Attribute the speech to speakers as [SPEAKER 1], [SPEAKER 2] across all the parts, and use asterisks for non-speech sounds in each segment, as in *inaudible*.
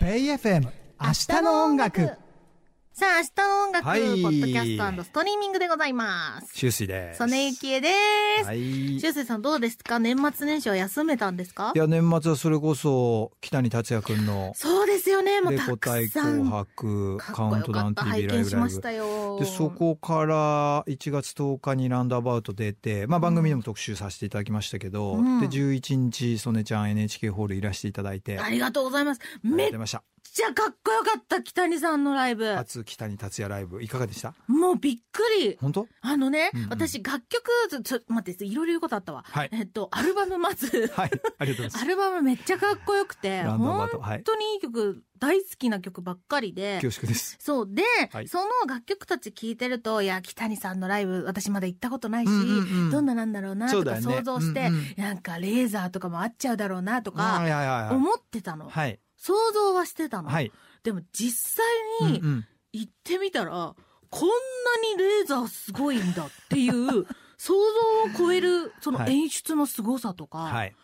[SPEAKER 1] FM 明日の音楽
[SPEAKER 2] さあ、明日の音楽、
[SPEAKER 3] はい
[SPEAKER 2] ポッドキャストストリーミングでございます。
[SPEAKER 3] シュウスイです。
[SPEAKER 2] 曽根幸恵です。
[SPEAKER 3] はい。
[SPEAKER 2] しゅうせいさんどうですか年末年始は休めたんですか
[SPEAKER 3] いや、年末はそれこそ、北谷達也くんの、
[SPEAKER 2] そうですよね。もう
[SPEAKER 3] レ
[SPEAKER 2] た
[SPEAKER 3] コ
[SPEAKER 2] く
[SPEAKER 3] 大
[SPEAKER 2] さん。
[SPEAKER 3] 紅
[SPEAKER 2] かっ
[SPEAKER 3] 白、カ
[SPEAKER 2] こ
[SPEAKER 3] ウン
[SPEAKER 2] よ
[SPEAKER 3] トダ
[SPEAKER 2] か
[SPEAKER 3] ウ
[SPEAKER 2] っ
[SPEAKER 3] ン
[SPEAKER 2] た
[SPEAKER 3] TV ライ
[SPEAKER 2] 拝
[SPEAKER 3] ブライ
[SPEAKER 2] 見しまし
[SPEAKER 3] ブ。
[SPEAKER 2] たよ。
[SPEAKER 3] で、そこから1月10日にランダーバウト出て、まあ番組でも特集させていただきましたけど、
[SPEAKER 2] うん
[SPEAKER 3] で、11日、曽根ちゃん NHK ホールいらしていただいて、
[SPEAKER 2] ありがとうございます。めっ
[SPEAKER 3] 出ました。
[SPEAKER 2] ちゃかっこよかった北谷さんのライブ。
[SPEAKER 3] 初北谷達也ライブ、いかがでした
[SPEAKER 2] もうびっくり。
[SPEAKER 3] 本当
[SPEAKER 2] あのね、
[SPEAKER 3] うんうん
[SPEAKER 2] 私楽曲、ちょ、ちょ、待って、いろいろ言うことあったわ。
[SPEAKER 3] はい
[SPEAKER 2] えっと、アルバム
[SPEAKER 3] *laughs*
[SPEAKER 2] まず、
[SPEAKER 3] はい、ありがとうござい
[SPEAKER 2] ア
[SPEAKER 3] ます。
[SPEAKER 2] ルバムめっちゃかっこよくて、
[SPEAKER 3] ランダーバ
[SPEAKER 2] 本
[SPEAKER 3] ウト、はい。
[SPEAKER 2] 当にいい曲、大好きな曲ばっかりで。
[SPEAKER 3] 恐縮です。
[SPEAKER 2] そう。で、
[SPEAKER 3] はい
[SPEAKER 2] その楽曲たち聴いてると、いや、北谷さんのライブ、私まだ行ったことないし、
[SPEAKER 3] うんうん
[SPEAKER 2] どんななんだろうな、
[SPEAKER 3] そ
[SPEAKER 2] と
[SPEAKER 3] うだ
[SPEAKER 2] か
[SPEAKER 3] よね
[SPEAKER 2] 想像して、
[SPEAKER 3] うんうん
[SPEAKER 2] なんかレーザーとかもあっちゃうだろうな、と
[SPEAKER 3] は
[SPEAKER 2] か、
[SPEAKER 3] いはいはいはい。
[SPEAKER 2] 思ってたの、
[SPEAKER 3] はい。
[SPEAKER 2] 想像はしてたの。
[SPEAKER 3] はい。
[SPEAKER 2] でも実
[SPEAKER 3] う
[SPEAKER 2] 際
[SPEAKER 3] んう
[SPEAKER 2] に
[SPEAKER 3] ん
[SPEAKER 2] 行ってみたら、こんなにレーザーすごいんだっていう、 *laughs* 想像を超える、その
[SPEAKER 3] はい
[SPEAKER 2] 演出の凄さとか、
[SPEAKER 3] はい。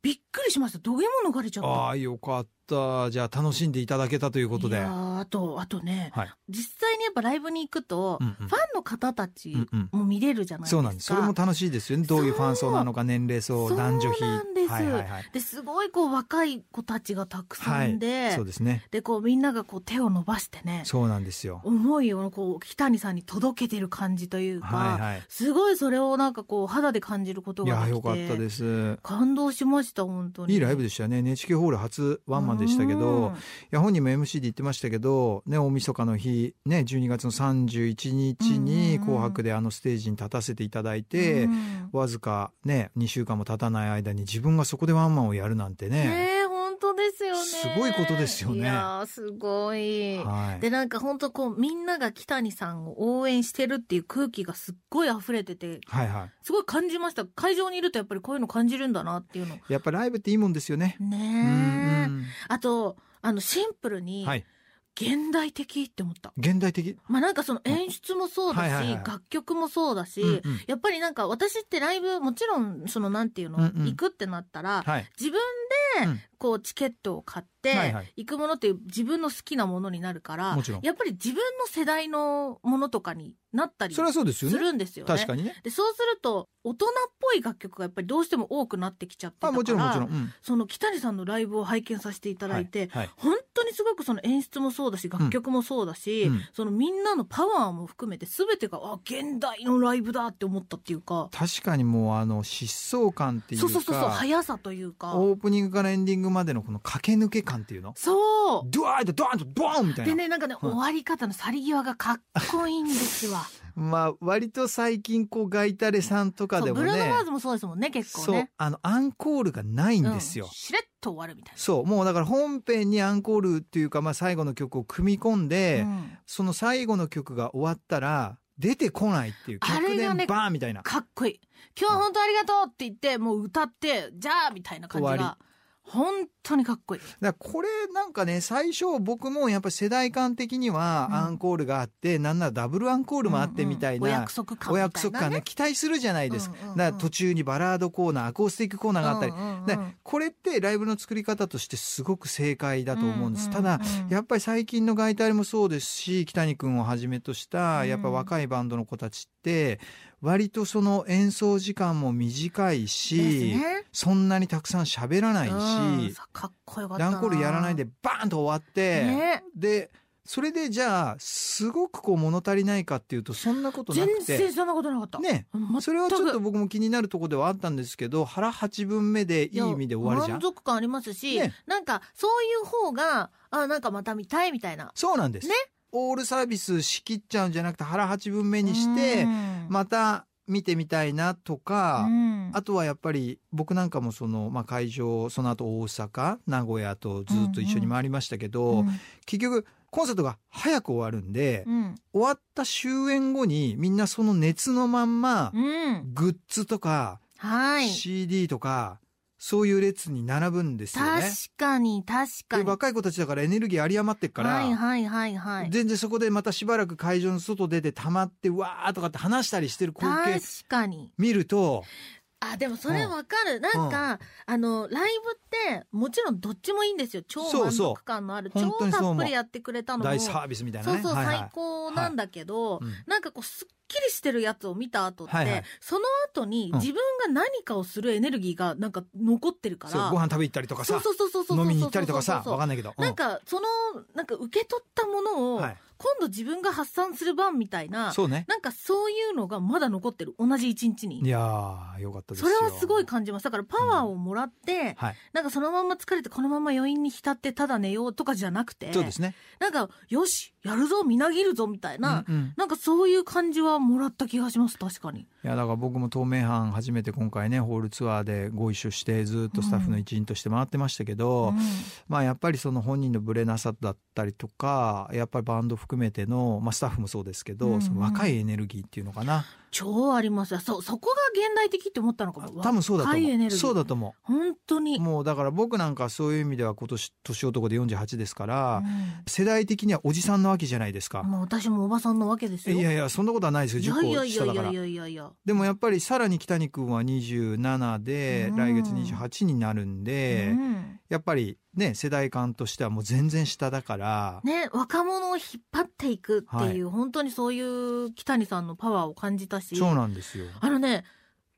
[SPEAKER 2] びっくりしました。どげも逃れちゃった。
[SPEAKER 3] ああ、よかった。じゃあ、楽しんでいただけたということ
[SPEAKER 2] い
[SPEAKER 3] で。
[SPEAKER 2] や
[SPEAKER 3] は
[SPEAKER 2] ーあと、あとね、
[SPEAKER 3] い。
[SPEAKER 2] 実際にやっぱライブに行くと、
[SPEAKER 3] うんうん
[SPEAKER 2] ファンの方たち
[SPEAKER 3] うんうん
[SPEAKER 2] も見れるじゃないですか。
[SPEAKER 3] そうなんです。それも楽しいですよね。どういうファン層なのか、年齢層、
[SPEAKER 2] そう
[SPEAKER 3] 男女比。
[SPEAKER 2] なんです
[SPEAKER 3] はいはいはい。
[SPEAKER 2] ですごいこう若い子たちがたくさんで、
[SPEAKER 3] はい。そうですね。
[SPEAKER 2] でこうみんながこう手を伸ばしてね、
[SPEAKER 3] そうなんですよ。
[SPEAKER 2] 思いをこう北谷さんに届けてる感じというか、
[SPEAKER 3] はいはい。
[SPEAKER 2] すごいそれをなんかこう肌で感じること
[SPEAKER 3] い
[SPEAKER 2] が
[SPEAKER 3] や、
[SPEAKER 2] で
[SPEAKER 3] よ
[SPEAKER 2] きて。
[SPEAKER 3] かったです。
[SPEAKER 2] 感動しました、本当に。
[SPEAKER 3] いいライブでしたよね。NHK ホール初ワンマンでしたけ
[SPEAKER 2] うん
[SPEAKER 3] ど、いや、本人も MC で言ってましたけど、ね、大晦日の日、ね、12月の31日に
[SPEAKER 2] うんうんうん
[SPEAKER 3] 紅白であのステージに立たせていただいて、
[SPEAKER 2] うん
[SPEAKER 3] わずかね、2週間も経たない間に自分がそこでワンマンをやるなんてね。
[SPEAKER 2] ねえ、本当ですよね。
[SPEAKER 3] すごいことですよね
[SPEAKER 2] いやーすごい。
[SPEAKER 3] はい。
[SPEAKER 2] で、なんか本当こう、みんなが北谷さんを応援してるっていう空気がすっごい溢れてて、
[SPEAKER 3] はいは
[SPEAKER 2] すごい感じました。会場にいるとやっぱりこういうの感じるんだなっていうの。
[SPEAKER 3] い。やっぱライブっていいもんですよね。う
[SPEAKER 2] ねえ。
[SPEAKER 3] ん
[SPEAKER 2] あと、あの、シンプル
[SPEAKER 3] うん。
[SPEAKER 2] に
[SPEAKER 3] は、い。
[SPEAKER 2] 現代的って思った。
[SPEAKER 3] 現代的。
[SPEAKER 2] まあなんかその演出もそうだ
[SPEAKER 3] はいはい
[SPEAKER 2] し、
[SPEAKER 3] はい
[SPEAKER 2] 楽曲もそうだし、
[SPEAKER 3] うんうん
[SPEAKER 2] やっぱりなんか私ってライブ、もちろん、そのなんていうの、
[SPEAKER 3] うんうん
[SPEAKER 2] 行くってなったら、
[SPEAKER 3] はい。
[SPEAKER 2] 自
[SPEAKER 3] うん
[SPEAKER 2] 分で、こう、チケットを買って
[SPEAKER 3] はいはい、
[SPEAKER 2] 行くものっていう自分の好きなものになるから、
[SPEAKER 3] もちろん
[SPEAKER 2] やっぱり自分の世代のものとかになったり
[SPEAKER 3] そ
[SPEAKER 2] す
[SPEAKER 3] れはそうですよね。
[SPEAKER 2] るんですよね。
[SPEAKER 3] 確かにね。
[SPEAKER 2] で、そうすると、大人っぽい楽曲がやっぱりどうしても多くなってきちゃってたか
[SPEAKER 3] あ、
[SPEAKER 2] ら、
[SPEAKER 3] もちろんもちろん。うん。
[SPEAKER 2] その北谷さんのライブを拝見させていただい
[SPEAKER 3] は
[SPEAKER 2] て、
[SPEAKER 3] いはい
[SPEAKER 2] 本当にすごくその演出もそうだし、楽曲もそうだし、
[SPEAKER 3] うん
[SPEAKER 2] そのみんなのパワーも含めて全てが、あ、現代のライブだって思ったっていうか、
[SPEAKER 3] 確かにもうあの、疾走感っていう
[SPEAKER 2] そ
[SPEAKER 3] か。
[SPEAKER 2] うそうそうそう、速さというか、
[SPEAKER 3] オープニングからエンディングまでのこの駆け抜け感っていうの
[SPEAKER 2] そう。
[SPEAKER 3] ドワーッとドワーンとドーンみたい
[SPEAKER 2] で
[SPEAKER 3] な。
[SPEAKER 2] ね、なんかね、
[SPEAKER 3] うん
[SPEAKER 2] 終わり方の去り際がかっこいいんですわ。
[SPEAKER 3] *laughs* まあ、割と最近こう、ガイタレさんとか
[SPEAKER 2] そ
[SPEAKER 3] で
[SPEAKER 2] う、
[SPEAKER 3] も
[SPEAKER 2] ブ
[SPEAKER 3] ね。
[SPEAKER 2] ルーノ・マーズもそうですもんね、結構
[SPEAKER 3] そう
[SPEAKER 2] ね。、
[SPEAKER 3] あの、アンコールがないんですよ。
[SPEAKER 2] うんしれっと終わるみたい
[SPEAKER 3] そう、もうだから本編にアンコールっていうか、まあ最後の曲を組み込んで、
[SPEAKER 2] な。うん
[SPEAKER 3] その最後の曲が終わったら、出てこないっていう、
[SPEAKER 2] あれ
[SPEAKER 3] 客
[SPEAKER 2] が
[SPEAKER 3] 電
[SPEAKER 2] ね
[SPEAKER 3] バーンみたいな。
[SPEAKER 2] かっこいい。今日は本当ありがとうって言って、もう歌って、じゃあみたいな感じ
[SPEAKER 3] 終
[SPEAKER 2] が
[SPEAKER 3] わ。
[SPEAKER 2] 本当にかっこいい。
[SPEAKER 3] だからこれなんかね、最初僕もやっぱ世代間的には
[SPEAKER 2] うん
[SPEAKER 3] アンコールがあって、なんならダブルアンコールもあってみたいな。
[SPEAKER 2] うんうんお約束感
[SPEAKER 3] お
[SPEAKER 2] みたいなね
[SPEAKER 3] 約束感ね、期待するじゃないですか。
[SPEAKER 2] うんうんうん
[SPEAKER 3] だから途中にバラードコーナー、アコースティックコーナーがあったり。
[SPEAKER 2] うんうんうん
[SPEAKER 3] でこれってライブの作り方としてすごく正解だと思うんです。
[SPEAKER 2] うんうんうん
[SPEAKER 3] ただ、やっぱり最近の外体もそうですし、北谷くんをはじめとした、やっぱ若いバンドの子たちって、割とその演奏時間も短いし、
[SPEAKER 2] ですね
[SPEAKER 3] そんなにたくさん喋らない
[SPEAKER 2] うん
[SPEAKER 3] し、
[SPEAKER 2] さかっこよかった
[SPEAKER 3] ダ
[SPEAKER 2] な。
[SPEAKER 3] ンコールやらないでバーンと終わって、
[SPEAKER 2] ね
[SPEAKER 3] で、それでじゃあ、すごくこう物足りないかっていうと、そんなことな
[SPEAKER 2] 全
[SPEAKER 3] く
[SPEAKER 2] 然
[SPEAKER 3] て、
[SPEAKER 2] そんなことなかった。
[SPEAKER 3] ね
[SPEAKER 2] 全く、
[SPEAKER 3] それはちょっと僕も気になるところではあったんですけど、腹八分目でいい意味で終わるじゃ
[SPEAKER 2] いや満
[SPEAKER 3] ん。
[SPEAKER 2] 足感ありますし、
[SPEAKER 3] ね
[SPEAKER 2] なんか、そういう方が、あ、なんかまた見たいみたいな。
[SPEAKER 3] そうなんです。
[SPEAKER 2] ね
[SPEAKER 3] オールサービス仕切っちゃうんじゃなくて腹八分目にして、
[SPEAKER 2] うん、
[SPEAKER 3] また見てみたいなとか、
[SPEAKER 2] うん
[SPEAKER 3] あとはやっぱり僕なんかもその、まあ、会場、その後大阪、名古屋とずっと一緒に回りましたけど、結局コンサートが早く終わるんで、
[SPEAKER 2] うん。
[SPEAKER 3] 終わった終演後にみんなその熱のまんま、
[SPEAKER 2] うん。
[SPEAKER 3] グッズとか、
[SPEAKER 2] はい。
[SPEAKER 3] CD とか、そういう列に並ぶんですよ
[SPEAKER 2] 確
[SPEAKER 3] ね。
[SPEAKER 2] かに、確か
[SPEAKER 3] で
[SPEAKER 2] に。
[SPEAKER 3] 若い子たちだからエネルギー有り余ってっから、
[SPEAKER 2] はいはいはいはい。
[SPEAKER 3] 全然そこでまたしばらく会場の外出て溜まって、うわーとかって話したりしてる光景
[SPEAKER 2] 確かに。
[SPEAKER 3] 見ると、
[SPEAKER 2] あ、でもそれわかる。なんか、あの、ライブって、もちろんどっちもいいんですよ。超
[SPEAKER 3] そう
[SPEAKER 2] 満
[SPEAKER 3] そう
[SPEAKER 2] 足感のある、
[SPEAKER 3] 本当にそう
[SPEAKER 2] 超た
[SPEAKER 3] 思う
[SPEAKER 2] っぷりやってくれたのも。
[SPEAKER 3] 大サービスみたいな
[SPEAKER 2] そう
[SPEAKER 3] ね
[SPEAKER 2] そう、
[SPEAKER 3] はいはい
[SPEAKER 2] 最高なんだけど、
[SPEAKER 3] うん
[SPEAKER 2] なんかこう、すっきりしてるやつを見た後って、
[SPEAKER 3] はいはい
[SPEAKER 2] その後に
[SPEAKER 3] うん
[SPEAKER 2] 自分が何かをするエネルギーがなんか残ってるから。
[SPEAKER 3] そうご飯食べ行ったりとかさ
[SPEAKER 2] そうそうそうそうそうそう
[SPEAKER 3] 飲みに行ったりとかさ
[SPEAKER 2] そうそうそう
[SPEAKER 3] わかんないけど、う
[SPEAKER 2] なんか、その、なんか受け取ったものを、
[SPEAKER 3] はい
[SPEAKER 2] 今度自分が発散する番みたいな、
[SPEAKER 3] そうね
[SPEAKER 2] なんかそういうのがまだ残ってる。同じ一日に
[SPEAKER 3] い。やーよかったです
[SPEAKER 2] そ
[SPEAKER 3] よ
[SPEAKER 2] れはすごい感じます。だからパワーをもらって、
[SPEAKER 3] はい
[SPEAKER 2] なんかそのまま疲れてこのまま余韻に浸ってただ寝ようとかじゃなくて、
[SPEAKER 3] そうですね
[SPEAKER 2] なんか、よし、やるぞ、みなぎるぞ、みたいな、
[SPEAKER 3] うんうん
[SPEAKER 2] なんかそういう感じはもらった気がします、確かに。
[SPEAKER 3] いやだから僕も透明版初めて今回ねホールツアーでご一緒してずっとスタッフの一員として回ってましたけど、まあやっぱりその本人のブレなさだったりとかやっぱりバンド含めての、まあ、スタッフもそうですけど、
[SPEAKER 2] うんうん
[SPEAKER 3] その若いエネルギーっていうのかな
[SPEAKER 2] 超ありますよ。そう、そこが現代的って思ったのかも。
[SPEAKER 3] 多分そうだと
[SPEAKER 2] 若いエネ
[SPEAKER 3] 思
[SPEAKER 2] ル
[SPEAKER 3] う
[SPEAKER 2] ギー
[SPEAKER 3] そうだと思
[SPEAKER 2] 本当
[SPEAKER 3] う
[SPEAKER 2] に。
[SPEAKER 3] もうだから僕なんかそういう意味では今年年男で48ですから、
[SPEAKER 2] うん
[SPEAKER 3] 世代的にはおじさんの秋じゃないですか、
[SPEAKER 2] もう私もおばさんのわけですよ。
[SPEAKER 3] いやいやそんなことはないです
[SPEAKER 2] い
[SPEAKER 3] よ
[SPEAKER 2] やい
[SPEAKER 3] 10
[SPEAKER 2] や
[SPEAKER 3] 個
[SPEAKER 2] い
[SPEAKER 3] 下
[SPEAKER 2] や
[SPEAKER 3] だ
[SPEAKER 2] い
[SPEAKER 3] から
[SPEAKER 2] やいやいやいや。
[SPEAKER 3] でもやっぱりさらに北に君は27で、
[SPEAKER 2] うん
[SPEAKER 3] 来月28になるんで、
[SPEAKER 2] うん
[SPEAKER 3] やっぱりね世代間としてはもう全然下だから、
[SPEAKER 2] ね、若者を引っ張っていくっていう、本当にそういう北谷さんのパワーを感じたし、
[SPEAKER 3] そうなんですよ。
[SPEAKER 2] あのね、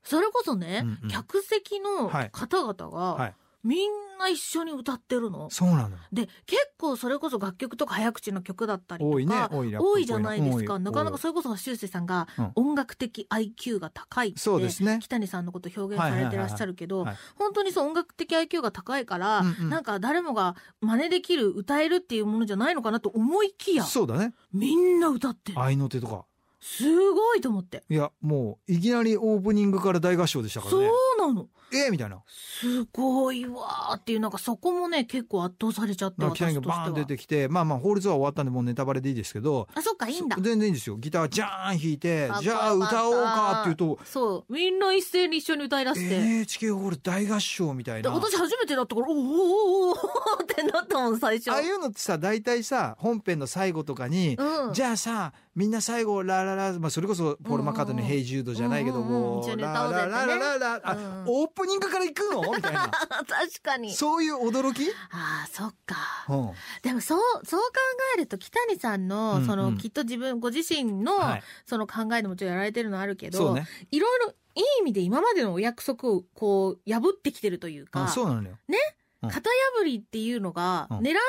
[SPEAKER 2] それこそね、
[SPEAKER 3] うんうん
[SPEAKER 2] 客席の
[SPEAKER 3] はい
[SPEAKER 2] 方々が、
[SPEAKER 3] はい
[SPEAKER 2] みんな一緒に歌ってるの。
[SPEAKER 3] そうなの。
[SPEAKER 2] で、結構それこそ楽曲とか早口の曲だったりとか、
[SPEAKER 3] 多いね多いラップ
[SPEAKER 2] 多いじゃないですか。
[SPEAKER 3] 多い
[SPEAKER 2] なかなかそれこそ修正さんが
[SPEAKER 3] うん
[SPEAKER 2] 音楽的 IQ が高いって、
[SPEAKER 3] そうですね。
[SPEAKER 2] 北谷さんのこと表現されてらっしゃるけど
[SPEAKER 3] はいはいはい
[SPEAKER 2] 本当にそう音楽的 IQ が高いから、
[SPEAKER 3] うんうん
[SPEAKER 2] なんか誰もが真似できる歌えるっていうものじゃないのかなと思いきや
[SPEAKER 3] そうだね。
[SPEAKER 2] みんな歌ってる
[SPEAKER 3] 愛の手とか。
[SPEAKER 2] すごいと思って、
[SPEAKER 3] いや、もう、いきなりオープニングから大合唱でしたから
[SPEAKER 2] そう
[SPEAKER 3] ね。
[SPEAKER 2] なの
[SPEAKER 3] ええみたいな。
[SPEAKER 2] すごいわーっていうなんかそこもね結構圧倒されちゃって
[SPEAKER 3] なんか
[SPEAKER 2] 私
[SPEAKER 3] 北
[SPEAKER 2] とし
[SPEAKER 3] に
[SPEAKER 2] て
[SPEAKER 3] 君バ
[SPEAKER 2] は
[SPEAKER 3] ーン出てきて、まあまあ、ホールツアー終わったんで、もうネタバレでいいですけど、
[SPEAKER 2] あそっかいいんだ
[SPEAKER 3] 全然いいんですよ。ギタージャーン弾いて
[SPEAKER 2] かっこよかっ、た
[SPEAKER 3] じゃあ歌おうかっていうと、
[SPEAKER 2] そうみんな一斉に一緒に歌い出して、
[SPEAKER 3] NHK ホール大合唱みたい
[SPEAKER 2] で
[SPEAKER 3] な。
[SPEAKER 2] 私初めてだったからおーおーおーおーってなったもん最初
[SPEAKER 3] ああいうのってさ、大体さ、本編の最後とかに、
[SPEAKER 2] うん
[SPEAKER 3] じゃあさみんな最後ラララ、まあ、それこそポール・マッカートニー
[SPEAKER 2] うんうんう
[SPEAKER 3] の「
[SPEAKER 2] ん
[SPEAKER 3] ヘイジュード」じゃないけど、
[SPEAKER 2] うんうんうん
[SPEAKER 3] もう、
[SPEAKER 2] 一緒に
[SPEAKER 3] ラ
[SPEAKER 2] 歌おうぜ
[SPEAKER 3] ラ
[SPEAKER 2] ってね
[SPEAKER 3] ララララあ、
[SPEAKER 2] うん
[SPEAKER 3] オープニングから行くのみたいな
[SPEAKER 2] 確かに
[SPEAKER 3] そういう驚き、
[SPEAKER 2] ああそっか
[SPEAKER 3] うん
[SPEAKER 2] でもそう、そう考えると、北谷さんの、
[SPEAKER 3] うん
[SPEAKER 2] そ
[SPEAKER 3] うん
[SPEAKER 2] の、きっと自分、ご自身の、
[SPEAKER 3] はい、
[SPEAKER 2] その考えでもちろんやられてるのあるけ
[SPEAKER 3] そう
[SPEAKER 2] ど、
[SPEAKER 3] ね
[SPEAKER 2] いろいろ、いい意味で今までのお約束を、こう、破ってきてるという
[SPEAKER 3] あ
[SPEAKER 2] か、
[SPEAKER 3] そうなのようん
[SPEAKER 2] 型破りっていうのが、
[SPEAKER 3] うん
[SPEAKER 2] 狙ってるわ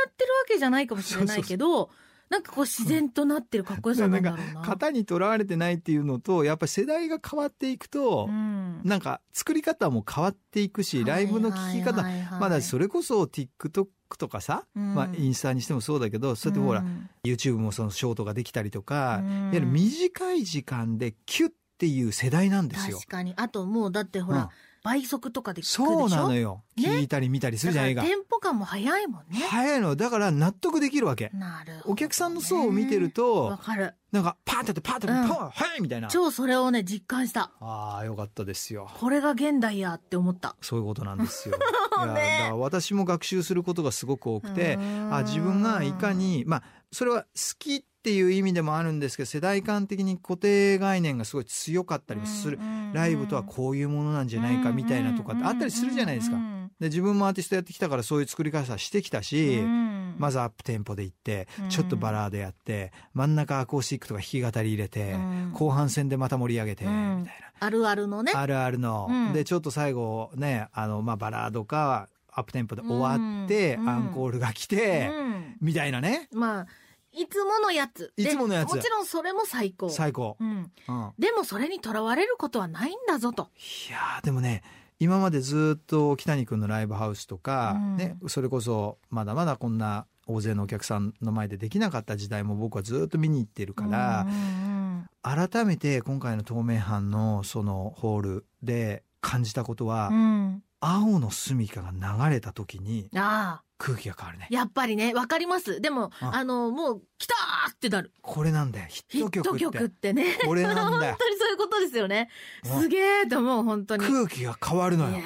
[SPEAKER 2] けじゃないかもしれないけど、なんかこう、自然となってるかっこよさなんだろうな。
[SPEAKER 3] 型にとらわれてないっていうのとやっぱり世代が変わっていくと
[SPEAKER 2] う、ん
[SPEAKER 3] なんか作り方も変わっていくしライブの聴き方、
[SPEAKER 2] はいはいはいは
[SPEAKER 3] ま
[SPEAKER 2] い
[SPEAKER 3] あだからそれこそ TikTok とかさ、
[SPEAKER 2] うん
[SPEAKER 3] まあ、インスタにしてもそうだけどそうやってほら、
[SPEAKER 2] うん
[SPEAKER 3] YouTube もそのショートができたりとか、
[SPEAKER 2] うん
[SPEAKER 3] いわゆる短い時間でキュッっていう世代なんですよ。
[SPEAKER 2] 確かに。あともう、だってほら、
[SPEAKER 3] うん
[SPEAKER 2] 倍速とかで聞くでしょ
[SPEAKER 3] そうなのよ。
[SPEAKER 2] ね
[SPEAKER 3] 聞いたり見たりするじゃん、映
[SPEAKER 2] だ
[SPEAKER 3] 画
[SPEAKER 2] から。テンポ感も早いもんね。
[SPEAKER 3] 早いの。だから納得できるわけ。
[SPEAKER 2] なるほどね
[SPEAKER 3] お客さんの層を見てると
[SPEAKER 2] わ、かる。
[SPEAKER 3] なんかパーってやってパーってやってパー早いみたいな。
[SPEAKER 2] 超それをね、実感した。
[SPEAKER 3] ああ、よかったですよ。
[SPEAKER 2] これが現代やって思った。
[SPEAKER 3] そういうことなんです
[SPEAKER 2] *laughs*
[SPEAKER 3] よ。いやだから私も学習することがすごく多くて
[SPEAKER 2] う、ーん
[SPEAKER 3] あ自分がいか、にまあそれは好きっていう意味でもあるんですけど世代間的に固定概念がすごい強かったりもする、
[SPEAKER 2] うんうんうん
[SPEAKER 3] ライブとはこういうものなんじゃないかみたいなとかってあったりするじゃないですか。
[SPEAKER 2] うんうん
[SPEAKER 3] で自分もアーティストやってきたからそういう作り方してきたし、
[SPEAKER 2] うん
[SPEAKER 3] まずアップテンポで行って
[SPEAKER 2] うん
[SPEAKER 3] ちょっとバラードやって真ん中アコースティックとか弾き語り入れて、
[SPEAKER 2] うん
[SPEAKER 3] 後半戦でまた盛り上げて、
[SPEAKER 2] うん
[SPEAKER 3] みたいな。
[SPEAKER 2] あるあるのね。
[SPEAKER 3] あるあるの、
[SPEAKER 2] うん
[SPEAKER 3] でちょっと最後ねあの、まあ、バラードかアップテンポで終わって、
[SPEAKER 2] うん
[SPEAKER 3] アンコールが来て、
[SPEAKER 2] うん
[SPEAKER 3] みたいなね
[SPEAKER 2] まあ、いつものやつ。で
[SPEAKER 3] いつものやつ
[SPEAKER 2] もちろんそれも最高。
[SPEAKER 3] 最高、
[SPEAKER 2] うん。
[SPEAKER 3] うん
[SPEAKER 2] でもそれにとらわれることはないんだぞと。
[SPEAKER 3] いやーでもね今までずっと北谷君のライブハウスとか、
[SPEAKER 2] うん
[SPEAKER 3] ね、それこそまだまだこんな大勢のお客さんの前でできなかった時代も僕はずっと見に行ってるから
[SPEAKER 2] うん、うんうん
[SPEAKER 3] 改めて今回の東名阪のそのホールで感じたことは、
[SPEAKER 2] うん
[SPEAKER 3] 青の住処が流れた時に
[SPEAKER 2] ああ、
[SPEAKER 3] 空気が変わるね
[SPEAKER 2] やっぱりね、わかります。でも、
[SPEAKER 3] うん
[SPEAKER 2] あの、もう、来たーってなる。
[SPEAKER 3] これなんだよヒ
[SPEAKER 2] ヒ
[SPEAKER 3] ッ
[SPEAKER 2] ッ
[SPEAKER 3] ト曲
[SPEAKER 2] ト
[SPEAKER 3] って
[SPEAKER 2] 曲ってね。
[SPEAKER 3] これなんだよ
[SPEAKER 2] *laughs* 本当にそういうことですよね。
[SPEAKER 3] うん
[SPEAKER 2] すげえと思う、本当に。いや
[SPEAKER 3] 空気が変わるのよ
[SPEAKER 2] ー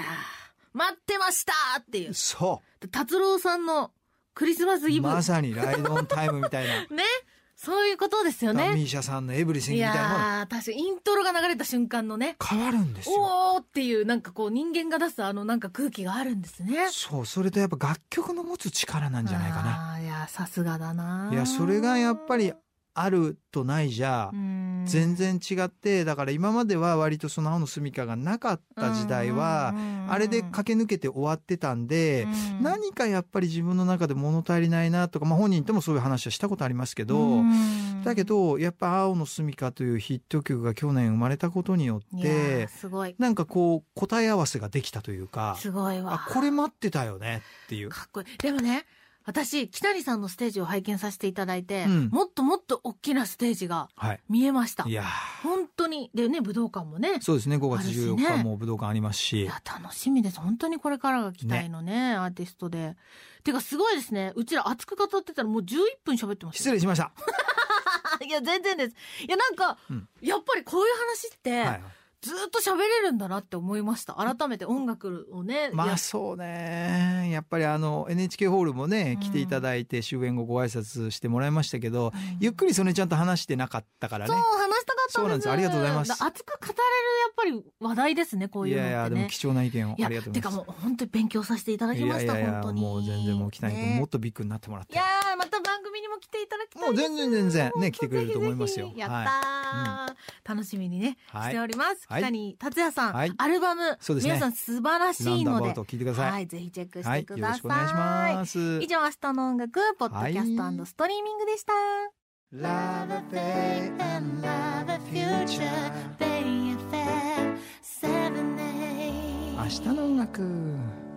[SPEAKER 2] 待ってましたーっていう。
[SPEAKER 3] そ
[SPEAKER 2] 達郎さんのクリスマス
[SPEAKER 3] う
[SPEAKER 2] イブ。
[SPEAKER 3] まさにライドオンタイムみたいな
[SPEAKER 2] ね。そういうことですよね。
[SPEAKER 3] ミーシャさんのエブリシン
[SPEAKER 2] い
[SPEAKER 3] グみたいなもの
[SPEAKER 2] やー、確かにイントロが流れた瞬間のね、
[SPEAKER 3] 変わるんですよ。
[SPEAKER 2] おーっていう、なんかこう人間が出すあのなんか空気があるんですね。
[SPEAKER 3] そう、それとやっぱ楽曲の持つ力なんじゃないかな。
[SPEAKER 2] あーいや、さすがだない
[SPEAKER 3] や、それがやっぱりあるとないじゃ、全
[SPEAKER 2] 全
[SPEAKER 3] 然違って、だから今までは割とその青の住処がなかった時代は、あれで駆け抜けて終わってたんで、何かやっぱり自分の中で物足りないなとか、まあ本人ともそういう話はしたことありますけど、だけ
[SPEAKER 2] ど
[SPEAKER 3] ど、やっぱ青の住処というヒット曲が去年生まれたことによって、
[SPEAKER 2] すごい
[SPEAKER 3] なんかこう答え合わせができたというか、
[SPEAKER 2] すごいわ
[SPEAKER 3] あ、これ待ってたよねっていう。
[SPEAKER 2] かっこいいでもね私北谷さんのステージを拝見させていただいて、
[SPEAKER 3] うん
[SPEAKER 2] もっともっと大きなステージが
[SPEAKER 3] はい。
[SPEAKER 2] 見えました
[SPEAKER 3] いや
[SPEAKER 2] 本当にでね武道館もね
[SPEAKER 3] ーそうですね、5
[SPEAKER 2] あ
[SPEAKER 3] 月
[SPEAKER 2] るし
[SPEAKER 3] 14
[SPEAKER 2] ね
[SPEAKER 3] 日も武道館あります
[SPEAKER 2] い
[SPEAKER 3] し、
[SPEAKER 2] や楽しみです本当にこれからが期待のねアーティストでてかすごいですねうちら熱く語ってたらもう11分喋ってました
[SPEAKER 3] 失礼しました。
[SPEAKER 2] *laughs* いや全然ですいやなんか、
[SPEAKER 3] うん
[SPEAKER 2] やっぱりこういう話って、
[SPEAKER 3] はい。
[SPEAKER 2] ずっと喋れるんだなって思いました改めて音楽をね、
[SPEAKER 3] ま
[SPEAKER 2] や
[SPEAKER 3] あそうね、やっぱりあの NHK ホールもね、来ていただいて終演後ご挨拶してもらいましたけど、
[SPEAKER 2] うん
[SPEAKER 3] ゆっくりそれちゃんと話してなかったからね
[SPEAKER 2] そう。話したかったんです
[SPEAKER 3] そうなんですありがとうございます
[SPEAKER 2] だ熱く語れるやっぱり話題ですねこう
[SPEAKER 3] い
[SPEAKER 2] いうのっ
[SPEAKER 3] や
[SPEAKER 2] て
[SPEAKER 3] いや、
[SPEAKER 2] ね
[SPEAKER 3] でも貴重な意見をありがとうござ
[SPEAKER 2] て
[SPEAKER 3] い
[SPEAKER 2] か
[SPEAKER 3] ます。
[SPEAKER 2] もう本当に勉強させていただきました本当に
[SPEAKER 3] もう全然もう北谷君、
[SPEAKER 2] ね
[SPEAKER 3] もっとビッグになってもらっ
[SPEAKER 2] い
[SPEAKER 3] て
[SPEAKER 2] や。ーまた番組にも来ていただきたい
[SPEAKER 3] もう全然全然ね、来
[SPEAKER 2] 来
[SPEAKER 3] てくれると思いますよ。
[SPEAKER 2] やったー、
[SPEAKER 3] は
[SPEAKER 2] 楽しみにね、
[SPEAKER 3] はい
[SPEAKER 2] しております。
[SPEAKER 3] はい
[SPEAKER 2] 北谷達也さん、
[SPEAKER 3] はい
[SPEAKER 2] アルバム、
[SPEAKER 3] そうですね
[SPEAKER 2] 皆さん素晴らし
[SPEAKER 3] い。ラン
[SPEAKER 2] い
[SPEAKER 3] ダー
[SPEAKER 2] の
[SPEAKER 3] バ
[SPEAKER 2] で
[SPEAKER 3] ー、ト聞いてくださ。
[SPEAKER 2] はいい、ぜひチェックし
[SPEAKER 3] は
[SPEAKER 2] て
[SPEAKER 3] い、
[SPEAKER 2] く
[SPEAKER 3] よろ
[SPEAKER 2] だ
[SPEAKER 3] しくお
[SPEAKER 2] さい。
[SPEAKER 3] 願いします。
[SPEAKER 2] 以上、明日の音楽、ポッドキャストストリーミングでした。
[SPEAKER 3] Love a day and love a future. 明日の音楽。